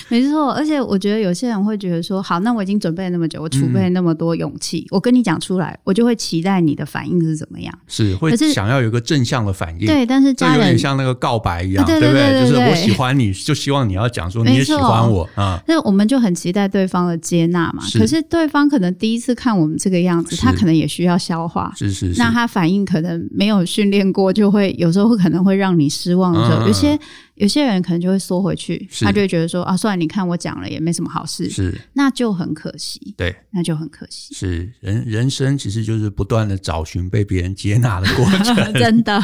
Speaker 2: 没错，而且我觉得有些人会觉得说，好，那我已经准备了那么久，我储
Speaker 1: 嗯
Speaker 2: 备了那么多勇气，我跟你讲出来，我就会期待你的反应是怎么样。
Speaker 1: 是会
Speaker 2: 可是
Speaker 1: 想要有一个正向的反应。
Speaker 2: 对，但是
Speaker 1: 这
Speaker 2: 家
Speaker 1: 有
Speaker 2: 人
Speaker 1: 点，像那个告白一样，
Speaker 2: 啊对
Speaker 1: 不
Speaker 2: 对对对
Speaker 1: 就是
Speaker 2: 对
Speaker 1: 我喜欢你，就希望你要讲说你也
Speaker 2: 没
Speaker 1: 喜
Speaker 2: 错
Speaker 1: 欢我啊、
Speaker 2: 那我们就很期待对方的接纳嘛。
Speaker 1: 是
Speaker 2: 可是对方可能第一次看我们这个样子，
Speaker 1: 是
Speaker 2: 他可能也需要消化。
Speaker 1: 是是是，
Speaker 2: 那他反应可能没有训练过，就会有时候会可能会让你失望的时候，
Speaker 1: 嗯
Speaker 2: 有些有些人可能就会缩回去，
Speaker 1: 是
Speaker 2: 他就会觉得说啊，算了，你看我讲了也没什么好事，
Speaker 1: 是
Speaker 2: 那就很可惜，
Speaker 1: 对。
Speaker 2: 那就很 可惜，
Speaker 1: 是人人生其实就是不断的找寻被别人接纳的过 程，
Speaker 2: 真的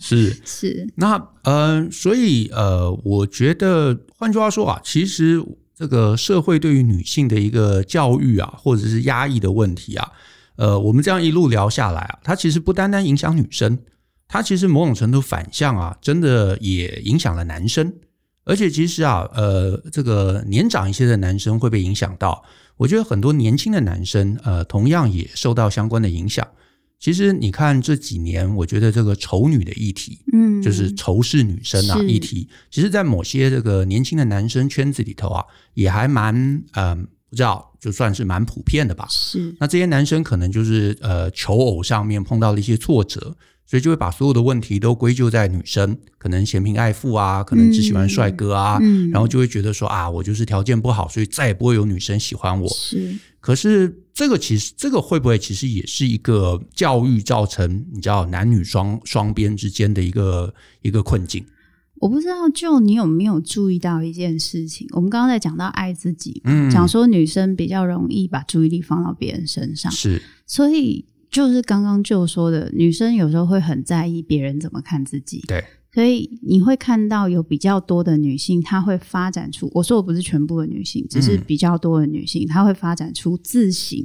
Speaker 1: 是
Speaker 2: 是
Speaker 1: 那呃，所以呃，我觉得换句话说啊，其实这个社会对于女性的一个教育啊，或者是压抑的问题啊，呃，我们这样一路聊下来啊，它其实不单单影响女生，它其实某种程度反向啊，真的也影响了男生。而且其实啊，呃，这个年长一些的男生会被影响到，我觉得很多年轻的男生，呃，同样也受到相关的影响。其实你看这几年，我觉得这个丑女的议题，
Speaker 2: 嗯，
Speaker 1: 就是仇视女生啊
Speaker 2: 是
Speaker 1: 议题，其实，在某些这个年轻的男生圈子里头啊，也还蛮嗯、不知道就算是蛮普遍的吧。
Speaker 2: 是
Speaker 1: 那这些男生可能就是呃求偶上面碰到了一些挫折，所以就会把所有的问题都归咎在女生，可能嫌贫爱富啊，可能只喜欢帅哥啊，
Speaker 2: 嗯
Speaker 1: 然后就会觉得说啊，我就是条件不好，所以再也不会有女生喜欢我。
Speaker 2: 是
Speaker 1: 可是这个其实，这个会不会其实也是一个教育造成你知道男女双双边之间的一个一个困境？
Speaker 2: 我不知道，就你有没有注意到一件事情？我们刚刚在讲到爱自己，
Speaker 1: 嗯
Speaker 2: 讲说女生比较容易把注意力放到别人身上，
Speaker 1: 是
Speaker 2: 所以就是刚刚就说的，女生有时候会很在意别人怎么看自己。
Speaker 1: 对，
Speaker 2: 所以你会看到有比较多的女性，她会发展出，我说我不是全部的女性，只是
Speaker 1: 嗯
Speaker 2: 比较多的女性，她会发展出自省、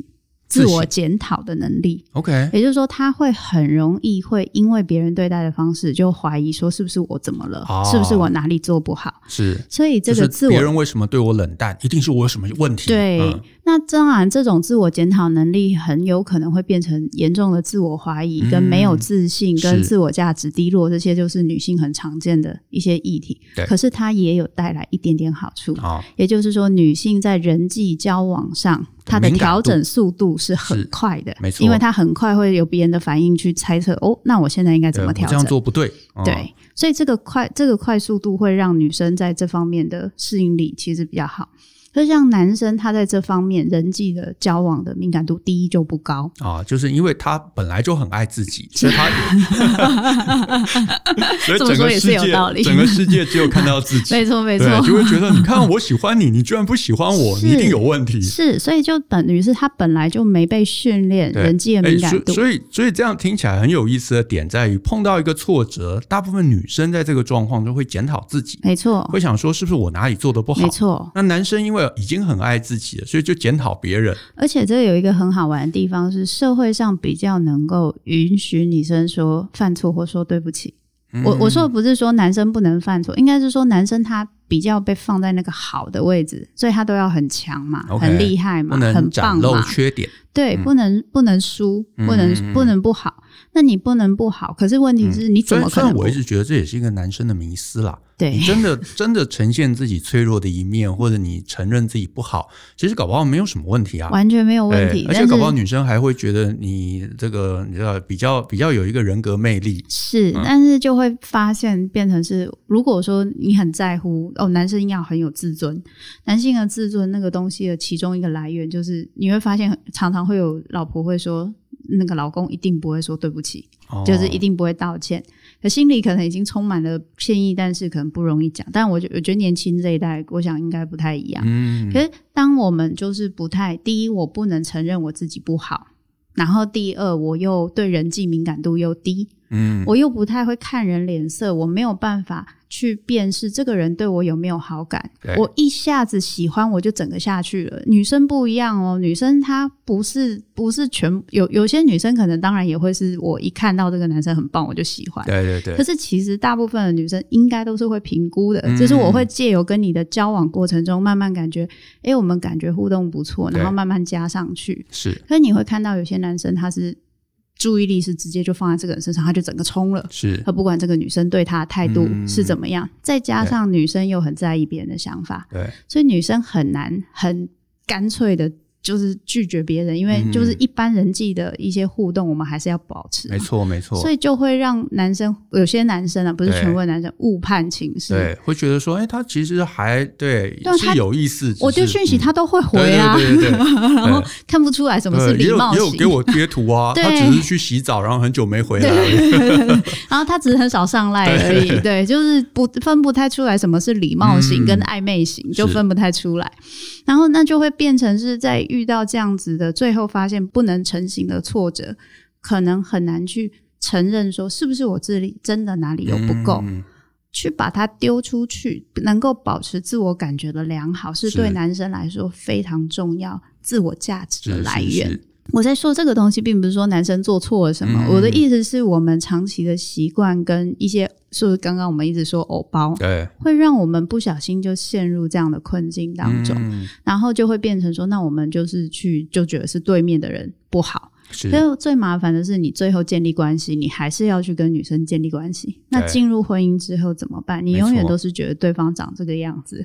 Speaker 1: 自
Speaker 2: 自
Speaker 1: 省
Speaker 2: 我检讨的能力。
Speaker 1: OK，
Speaker 2: 也就是说，他会很容易会因为别人对待的方式就怀疑说是不是我怎么了，
Speaker 1: 哦
Speaker 2: 是不是我哪里做不好？
Speaker 1: 是
Speaker 2: 所以这
Speaker 1: 就是
Speaker 2: 个自
Speaker 1: 别
Speaker 2: 我
Speaker 1: 人为什么对我冷淡，一定是我有什么问题？
Speaker 2: 对，
Speaker 1: 嗯
Speaker 2: 那当然这种自我检讨能力很有可能会变成严重的自我怀疑、
Speaker 1: 嗯
Speaker 2: 跟没有自信、
Speaker 1: 是
Speaker 2: 跟自我价值低落，这些就是女性很常见的一些议题
Speaker 1: 对。
Speaker 2: 可是它也有带来一点点好处，
Speaker 1: 哦，
Speaker 2: 也就是说，女性在人际交往上，她的
Speaker 1: 敏感度
Speaker 2: 调整速度是很快的，
Speaker 1: 没错
Speaker 2: 因为她很快会有别人的反应去猜测，哦，那我现在应该怎
Speaker 1: 对
Speaker 2: 么
Speaker 1: 我
Speaker 2: 调
Speaker 1: 这
Speaker 2: 整
Speaker 1: 样？做不对，嗯
Speaker 2: 对，所以这个快这个快速度会让女生在这方面的适应力其实比较好。可是像男生，他在这方面人际的交往的敏感度，第一就不高，
Speaker 1: 啊，就是因为他本来就很爱自 己，所以他 所以
Speaker 2: 这么
Speaker 1: 整
Speaker 2: 说
Speaker 1: 个
Speaker 2: 也
Speaker 1: 世
Speaker 2: 是有
Speaker 1: 界
Speaker 2: 道理
Speaker 1: 整个世界只有看到自己，
Speaker 2: 没 错没错，
Speaker 1: 对，就会觉得你看我喜欢你，你居然不喜欢我，
Speaker 2: 是
Speaker 1: 你一定有问题。
Speaker 2: 是，所以就等于是他本来就没被训练
Speaker 1: 对
Speaker 2: 人际的敏
Speaker 1: 哎
Speaker 2: 感度，
Speaker 1: 所以所以所以这样听起来很有意思的点在于，碰到一个挫折，大部分女生在这个状况就会检讨自己，
Speaker 2: 没错
Speaker 1: 会想说是不是我哪里做的不好
Speaker 2: 没。错，
Speaker 1: 那男生因为已经很爱自己了，所以就检讨别人。
Speaker 2: 而且这有一个很好玩的地方是，社会上比较能够允许女生说犯错或说对不起。我
Speaker 1: 嗯
Speaker 2: 我说的不是说男生不能犯错，应该是说男生他比较被放在那个好的位置，所以他都要很强嘛
Speaker 1: OK，
Speaker 2: 很厉害
Speaker 1: 不
Speaker 2: 嘛，
Speaker 1: 能
Speaker 2: 很
Speaker 1: 展
Speaker 2: 棒
Speaker 1: 露
Speaker 2: 嘛，
Speaker 1: 缺点，
Speaker 2: 对，不能不能输，不能、
Speaker 1: 嗯
Speaker 2: 不能不好。那你不能不好，可是问题是你怎
Speaker 1: 虽
Speaker 2: 么
Speaker 1: 然虽
Speaker 2: 可
Speaker 1: 然
Speaker 2: 能不
Speaker 1: 我一直觉得这也是一个男生的迷思啦。
Speaker 2: 对
Speaker 1: 你？真的真的呈现自己脆弱的一面，或者你承认自己不好，其实搞不好没有什么问题啊。
Speaker 2: 完全没有
Speaker 1: 对，
Speaker 2: 问题，
Speaker 1: 而
Speaker 2: 但
Speaker 1: 且
Speaker 2: 是
Speaker 1: 搞不好女生还会觉得你这个，你知道，比较比较有一个人格魅力。
Speaker 2: 是，但是就会发现变成是，如果说你很在乎哦，男生要很有自尊，男性的自尊那个东西的其中一个来源就是，你会发现常常会有老婆会说，那个老公一定不会说对不起，
Speaker 1: 哦
Speaker 2: 就是一定不会道歉，可心里可能已经充满了歉意，但是可能不容易讲。但我觉我觉得年轻这一代，我想应该不太一样。
Speaker 1: 嗯
Speaker 2: 可是当我们就是不太，第一，我不能承认我自己不好，然后第二，我又对人际敏感度又低，
Speaker 1: 嗯，
Speaker 2: 我又不太会看人脸色，我没有办法去辨识这个人对我有没有好感
Speaker 1: 对。
Speaker 2: 我一下子喜欢我就整个下去了。女生不一样哦，女生她不是不是全有有些女生可能当然也会是我一看到这个男生很棒我就喜欢，
Speaker 1: 对对对
Speaker 2: 可，是其实大部分的女生应该都是会评估的，
Speaker 1: 嗯
Speaker 2: 就是我会借由跟你的交往过程中慢慢感觉，哎、我们感觉互动不错，
Speaker 1: 对
Speaker 2: 然后慢慢加上去。
Speaker 1: 是
Speaker 2: 可是你会看到有些男生他是注意力是直接就放在这个人身上，他就整个冲了。
Speaker 1: 是
Speaker 2: 他，不管这个女生对他的态度
Speaker 1: 嗯
Speaker 2: 是怎么样，再加上女生又很在意别人的想法，
Speaker 1: 对
Speaker 2: 所以女生很难很干脆的，就是拒绝别人，因为
Speaker 1: 嗯
Speaker 2: 就是一般人际的一些互动，我们还是要保持嘛。
Speaker 1: 没错没错，
Speaker 2: 所以就会让男生有些男生啊，不是
Speaker 1: 对
Speaker 2: 全部的男生误判情势。
Speaker 1: 对，会觉得说，哎，他其实还对
Speaker 2: 对啊
Speaker 1: 是
Speaker 2: 他
Speaker 1: 有意思，
Speaker 2: 我
Speaker 1: 就
Speaker 2: 丢讯息他都会回
Speaker 1: 嗯
Speaker 2: 啊，
Speaker 1: 对对对对
Speaker 2: 然后看不出来什么
Speaker 1: 对
Speaker 2: 是
Speaker 1: 也
Speaker 2: 礼
Speaker 1: 有
Speaker 2: 貌
Speaker 1: 也有
Speaker 2: 型
Speaker 1: 给。我贴图 啊，
Speaker 2: 对
Speaker 1: 他只是去洗澡，然后很久没回来而已，
Speaker 2: 然后他只是很少上赖而 已，对，就是不分不太出来什么是礼貌型
Speaker 1: 嗯
Speaker 2: 跟暧昧型，就是分不太出来。然后那就会变成是在遇到这样子的，最后发现不能成型的挫折，可能很难去承认说是不是我这里真的哪里有不够，
Speaker 1: 嗯
Speaker 2: 去把它丢出去，能够保持自我感觉的良好，是
Speaker 1: 是
Speaker 2: 对男生来说非常重要自我价值
Speaker 1: 是
Speaker 2: 的来
Speaker 1: 是
Speaker 2: 源。
Speaker 1: 是
Speaker 2: 我在说这个东西，并不是说男生做错了什么，
Speaker 1: 嗯
Speaker 2: 我的意思是我们长期的习惯跟一些，是不是刚刚我们一直说偶包，
Speaker 1: 对，
Speaker 2: 会让我们不小心就陷入这样的困境当中，
Speaker 1: 嗯
Speaker 2: 然后就会变成说，那我们就是去就觉得是对面的人不好。
Speaker 1: 是
Speaker 2: 但最麻烦的是，你最后建立关系，你还是要去跟女生建立关系。那
Speaker 1: 对
Speaker 2: 进入婚姻之后怎么办？你
Speaker 1: 没
Speaker 2: 永远
Speaker 1: 错
Speaker 2: 都是觉得对方长这个样子，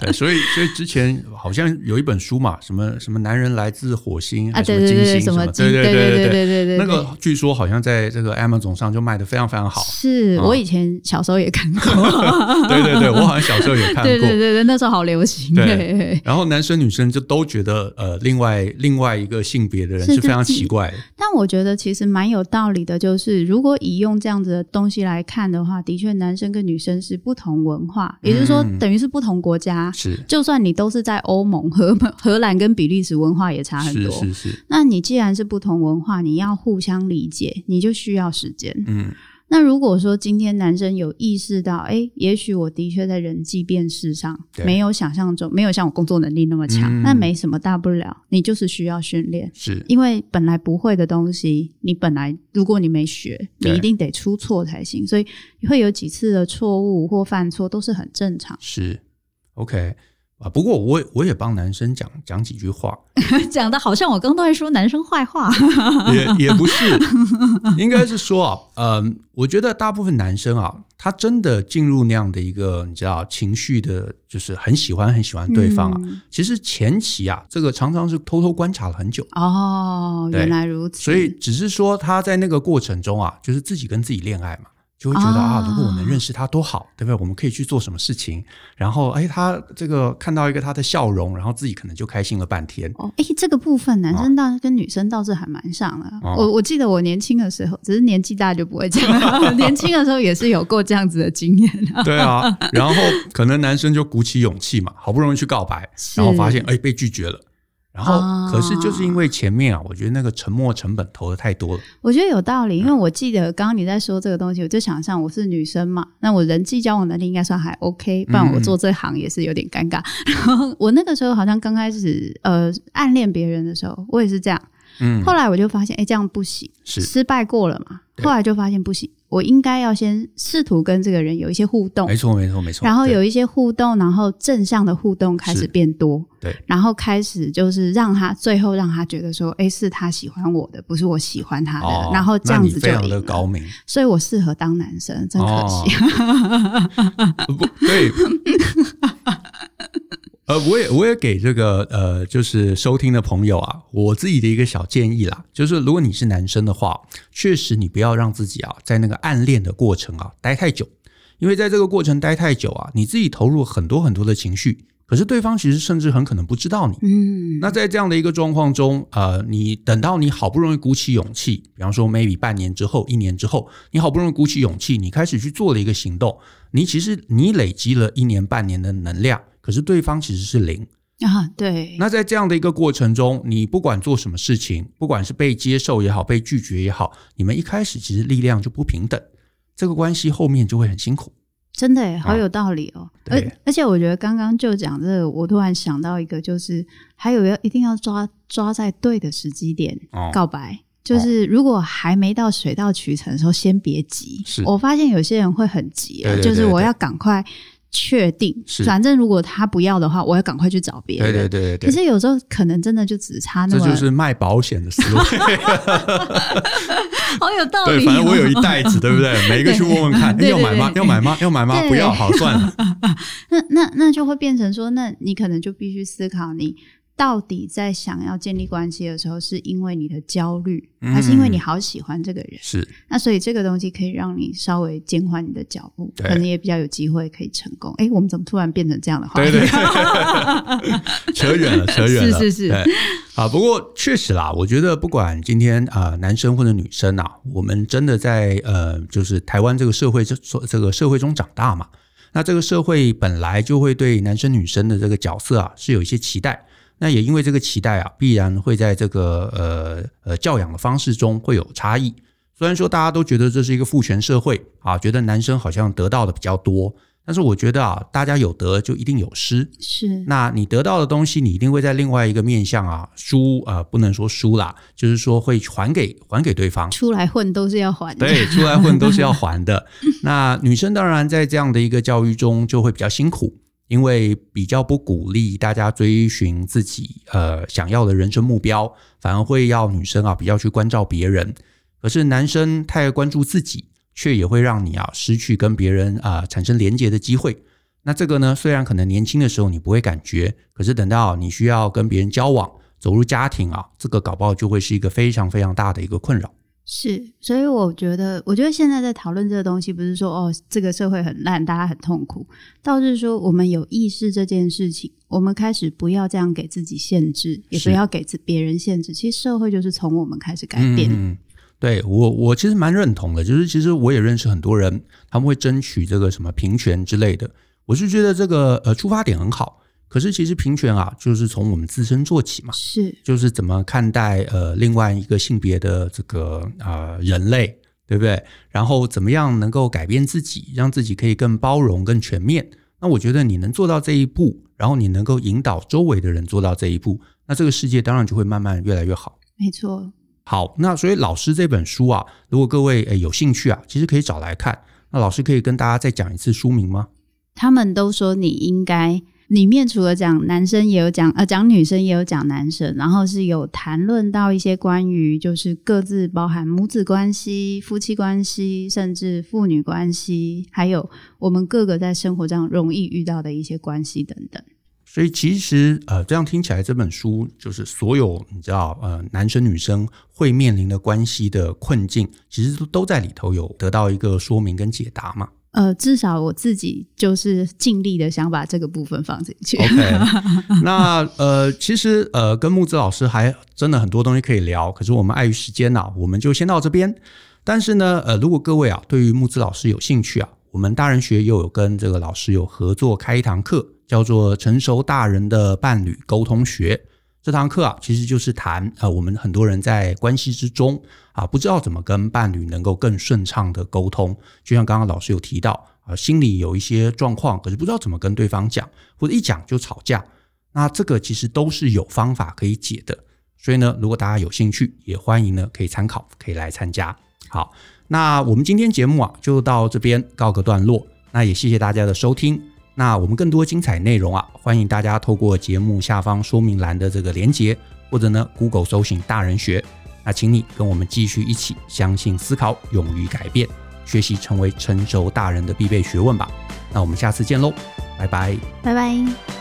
Speaker 1: 对，所以所以之前好像有一本书嘛，什么什么男人来自火星，
Speaker 2: 啊，
Speaker 1: 还
Speaker 2: 对
Speaker 1: 什么
Speaker 2: 对
Speaker 1: 金
Speaker 2: 对
Speaker 1: 星
Speaker 2: 对，什么金，
Speaker 1: 对
Speaker 2: 对
Speaker 1: 对
Speaker 2: 对
Speaker 1: 对。
Speaker 2: 对对对，
Speaker 1: 那个据说好像在这个 Amazon 上就卖的非常非常好，
Speaker 2: 是
Speaker 1: 啊
Speaker 2: 我以前小时候也看过，
Speaker 1: 对对对，我好像小时候也看
Speaker 2: 对对
Speaker 1: 过。
Speaker 2: 对对，那时候好流行，
Speaker 1: 对
Speaker 2: 对对对
Speaker 1: 然后男生女生就都觉得呃，另外另外一个性别的人
Speaker 2: 是
Speaker 1: 是非常
Speaker 2: 自己
Speaker 1: 奇怪的，
Speaker 2: 但我觉得其实蛮有道理的，就是如果以用这样子的东西来看的话，的确男生跟女生是不同文化，也就是说
Speaker 1: 嗯
Speaker 2: 等于是不同国家。
Speaker 1: 是
Speaker 2: 就算你都是在欧盟、荷荷兰跟比利时，文化也差很
Speaker 1: 是
Speaker 2: 多。
Speaker 1: 是是，
Speaker 2: 那你既然是不同文化，你要互相理解，你就需要时间。
Speaker 1: 嗯，
Speaker 2: 那如果说今天男生有意识到，哎、也许我的确在人际辨识上
Speaker 1: 对
Speaker 2: 没有想象中，没有像我工作能力那么强，
Speaker 1: 嗯
Speaker 2: 那没什么大不了，你就是需要训练，
Speaker 1: 是
Speaker 2: 因为本来不会的东西，你本来如果你没学，
Speaker 1: 对。
Speaker 2: 你一定得出错才行，所以会有几次的错误或犯错都是很正常
Speaker 1: 是，OK 啊。不过我也我也帮男生讲讲几句话，
Speaker 2: 讲的好像我刚都在说男生坏话，
Speaker 1: 也也不 是，应该是说啊，嗯，我觉得大部分男生啊，他真的进入那样的一个你知道情绪的，就是很喜欢很喜欢对方啊。
Speaker 2: 嗯
Speaker 1: 其实前期啊，这个常常是偷偷观察了很久，
Speaker 2: 哦，
Speaker 1: 对
Speaker 2: 原来如此，
Speaker 1: 所以只是说他在那个过程中啊，就是自己跟自己恋爱嘛。就会觉得啊，
Speaker 2: 啊
Speaker 1: 如果我能认识他多好，对不对？我们可以去做什么事情？然后，哎，他这个看到一个他的笑容，然后自己可能就开心了半 天。
Speaker 2: 哦，哎、这个部分
Speaker 1: 啊
Speaker 2: 男生倒跟女生倒是还蛮像的。
Speaker 1: 哦
Speaker 2: 我我记得我年轻的时候，只是年纪大就不会这样了。 年轻的时候也是有过这样子的经验啊。
Speaker 1: 对啊，然后可能男生就鼓起勇气嘛，好不容易去告白， 然后发现哎被拒绝了。然后，
Speaker 2: 啊
Speaker 1: 可是就是因为前面啊，我觉得那个沉没成本投的太多了，
Speaker 2: 我觉得有道
Speaker 1: 嗯
Speaker 2: 理，因为我记得刚刚你在说这个东西，我就想象我是女生嘛，那我人际交往能力应该算还 OK，不
Speaker 1: 嗯
Speaker 2: 然我做这行也是有点尴尬。 然后我那个时候好像刚开始呃暗恋别人的时候，我也是这样。
Speaker 1: 嗯，
Speaker 2: 后来我就发现，哎、这样不行，
Speaker 1: 是
Speaker 2: 失败过了嘛。
Speaker 1: 对
Speaker 2: 后来就发现不行，我应该要先试图跟这个人有一些互动
Speaker 1: 没，错，没错，没错。
Speaker 2: 然后
Speaker 1: 对
Speaker 2: 有一些互动，然后正向的互动开
Speaker 1: 是
Speaker 2: 始变多，
Speaker 1: 对
Speaker 2: 然后开始就是让他最后让他觉得说，哎，是他喜欢我的，不是我喜欢他的，
Speaker 1: 哦，
Speaker 2: 然后这样
Speaker 1: 那
Speaker 2: 子
Speaker 1: 你
Speaker 2: 就
Speaker 1: 非常
Speaker 2: 赢
Speaker 1: 的
Speaker 2: 了
Speaker 1: 高明，
Speaker 2: 所以我适合当男生，真可惜。
Speaker 1: 哦不对。呃，我也我也给这个呃，就是收听的朋友啊，我自己的一个小建议啦，就是如果你是男生的话，确实你不要让自己啊，在那个暗恋的过程啊待太久，因为在这个过程待太久啊，你自己投入很多很多的情绪，可是对方其实甚至很可能不知道你。
Speaker 2: 嗯，
Speaker 1: 那在这样的一个状况中，呃，你等到你好不容易鼓起勇气，比方说 maybe 半年之后、一年之后，你好不容易鼓起勇气，你开始去做了一个行动，你其实你累积了一年半年的能量，可是对方其实是零，
Speaker 2: 啊，对，
Speaker 1: 那在这样的一个过程中，你不管做什么事情，不管是被接受也好，被拒绝也好，你们一开始其实力量就不平等，这个关系后面就会很辛苦。
Speaker 2: 真的耶，好有道理哦。而
Speaker 1: 啊对
Speaker 2: 而且我觉得刚刚就讲这个，我突然想到一个，就是还有要一定要抓抓在对的时机点、
Speaker 1: 哦
Speaker 2: 告白。就是如果还没到水到渠成的时候，先别急。
Speaker 1: 是
Speaker 2: 我发现有些人会很急啊，
Speaker 1: 对对
Speaker 2: 就是
Speaker 1: 对对
Speaker 2: 我要赶快确定
Speaker 1: 是，
Speaker 2: 反正如果他不要的话，我要赶快去找别人。
Speaker 1: 对对对对
Speaker 2: 可
Speaker 1: 对，
Speaker 2: 是有时候可能真的就只差那
Speaker 1: 这
Speaker 2: 么，
Speaker 1: 就是卖保险的思路。
Speaker 2: 好有道
Speaker 1: 对，
Speaker 2: 理、哦。
Speaker 1: 反正我有一袋子，对不对？每一个去问问看，哎
Speaker 2: 对
Speaker 1: 要买吗？
Speaker 2: 对对
Speaker 1: 要买吗？要买吗？
Speaker 2: 对
Speaker 1: 不要，好算了。
Speaker 2: 那那那就会变成说，那你可能就必须思考，你到底在想要建立关系的时候，是因为你的焦虑，
Speaker 1: 嗯
Speaker 2: 还是因为你好喜欢这个人？
Speaker 1: 是
Speaker 2: 那所以这个东西可以让你稍微减缓你的脚步，
Speaker 1: 对
Speaker 2: 可能也比较有机会可以成功。哎、我们怎么突然变成这样的话题？
Speaker 1: 对 对对， 扯远了，扯远了，
Speaker 2: 是是是
Speaker 1: 对啊。不过确实啦，我觉得不管今天啊、呃男生或者女生啊，我们真的在呃，就是台湾这个社会这这个社会中长大嘛，那这个社会本来就会对男生女生的这个角色啊是有一些期待。那也因为这个期待啊，必然会在这个呃呃教养的方式中会有差异。虽然说大家都觉得这是一个父权社会啊，觉得男生好像得到的比较多，但是我觉得啊，大家有得就一定有失。
Speaker 2: 是
Speaker 1: 那你得到的东西，你一定会在另外一个面向啊输啊、呃不能说输啦，就是说会还给还给对方。
Speaker 2: 出来混都是要还的，
Speaker 1: 对，出来混都是要还 的。那女生当然在这样的一个教育中就会比较辛苦，因为比较不鼓励大家追寻自己呃想要的人生目标，反而会要女生啊比较去关照别人。可是男生太关注自己，却也会让你啊失去跟别人啊、产生连结的机会。那这个呢，虽然可能年轻的时候你不会感觉，可是等到你需要跟别人交往、走入家庭啊，这个搞不好就会是一个非常非常大的一个困扰。
Speaker 2: 是，所以我觉得，我觉得现在在讨论这个东西，不是说哦，这个社会很烂，大家很痛苦，倒是说我们有意识这件事情，我们开始不要这样给自己限制，也
Speaker 1: 是
Speaker 2: 不要给自别人限制。其实社会就是从我们开始改变。
Speaker 1: 嗯嗯对我，我其实蛮认同的，就是其实我也认识很多人，他们会争取这个什么平权之类的。我是觉得这个呃出发点很好，可是其实平权啊，就是从我们自身做起嘛，
Speaker 2: 是
Speaker 1: 就是怎么看待呃另外一个性别的这个呃人类，对不对？然后怎么样能够改变自己，让自己可以更包容、更全面？那我觉得你能做到这一步，然后你能够引导周围的人做到这一步，那这个世界当然就会慢慢越来越好。
Speaker 2: 没错，
Speaker 1: 好，那所以老师这本书啊，如果各位诶有兴趣啊，其实可以找来看。那老师可以跟大家再讲一次书名吗？
Speaker 2: 他们都说你应该。里面除了讲男生也有讲，呃，讲女生也有讲男生，然后是有谈论到一些关于就是各自包含母子关系、夫妻关系，甚至父女关系，还有我们各个在生活上容易遇到的一些关系等等。
Speaker 1: 所以其实呃，这样听起来这本书就是所有你知道呃，男生女生会面临的关系的困境，其实都都在里头有得到一个说明跟解答嘛。
Speaker 2: 呃，至少我自己就是尽力的想把这个部分放进去。
Speaker 1: OK，那呃，其实呃，跟木子老师还真的很多东西可以聊，可是我们碍于时间呐、我们就先到这边。但是呢，呃，如果各位啊对于木子老师有兴趣啊，我们大人学又有跟这个老师有合作开一堂课，叫做《成熟大人的伴侣沟通学》。这堂课啊，其实就是谈啊、呃，我们很多人在关系之中啊，不知道怎么跟伴侣能够更顺畅的沟通。就像刚刚老师有提到啊，心里有一些状况，可是不知道怎么跟对方讲，或者一讲就吵架。那这个其实都是有方法可以解的。所以呢，如果大家有兴趣，也欢迎呢可以参考，可以来参加。好，那我们今天节目啊就到这边告个段落。那也谢谢大家的收听。那我们更多精彩内容啊，欢迎大家透过节目下方说明栏的这个连结，或者呢 Google 搜寻“大人学”。那请你跟我们继续一起相信、思考、勇于改变，学习成为成熟大人的必备学问吧。那我们下次见喽，拜拜。
Speaker 2: 拜拜。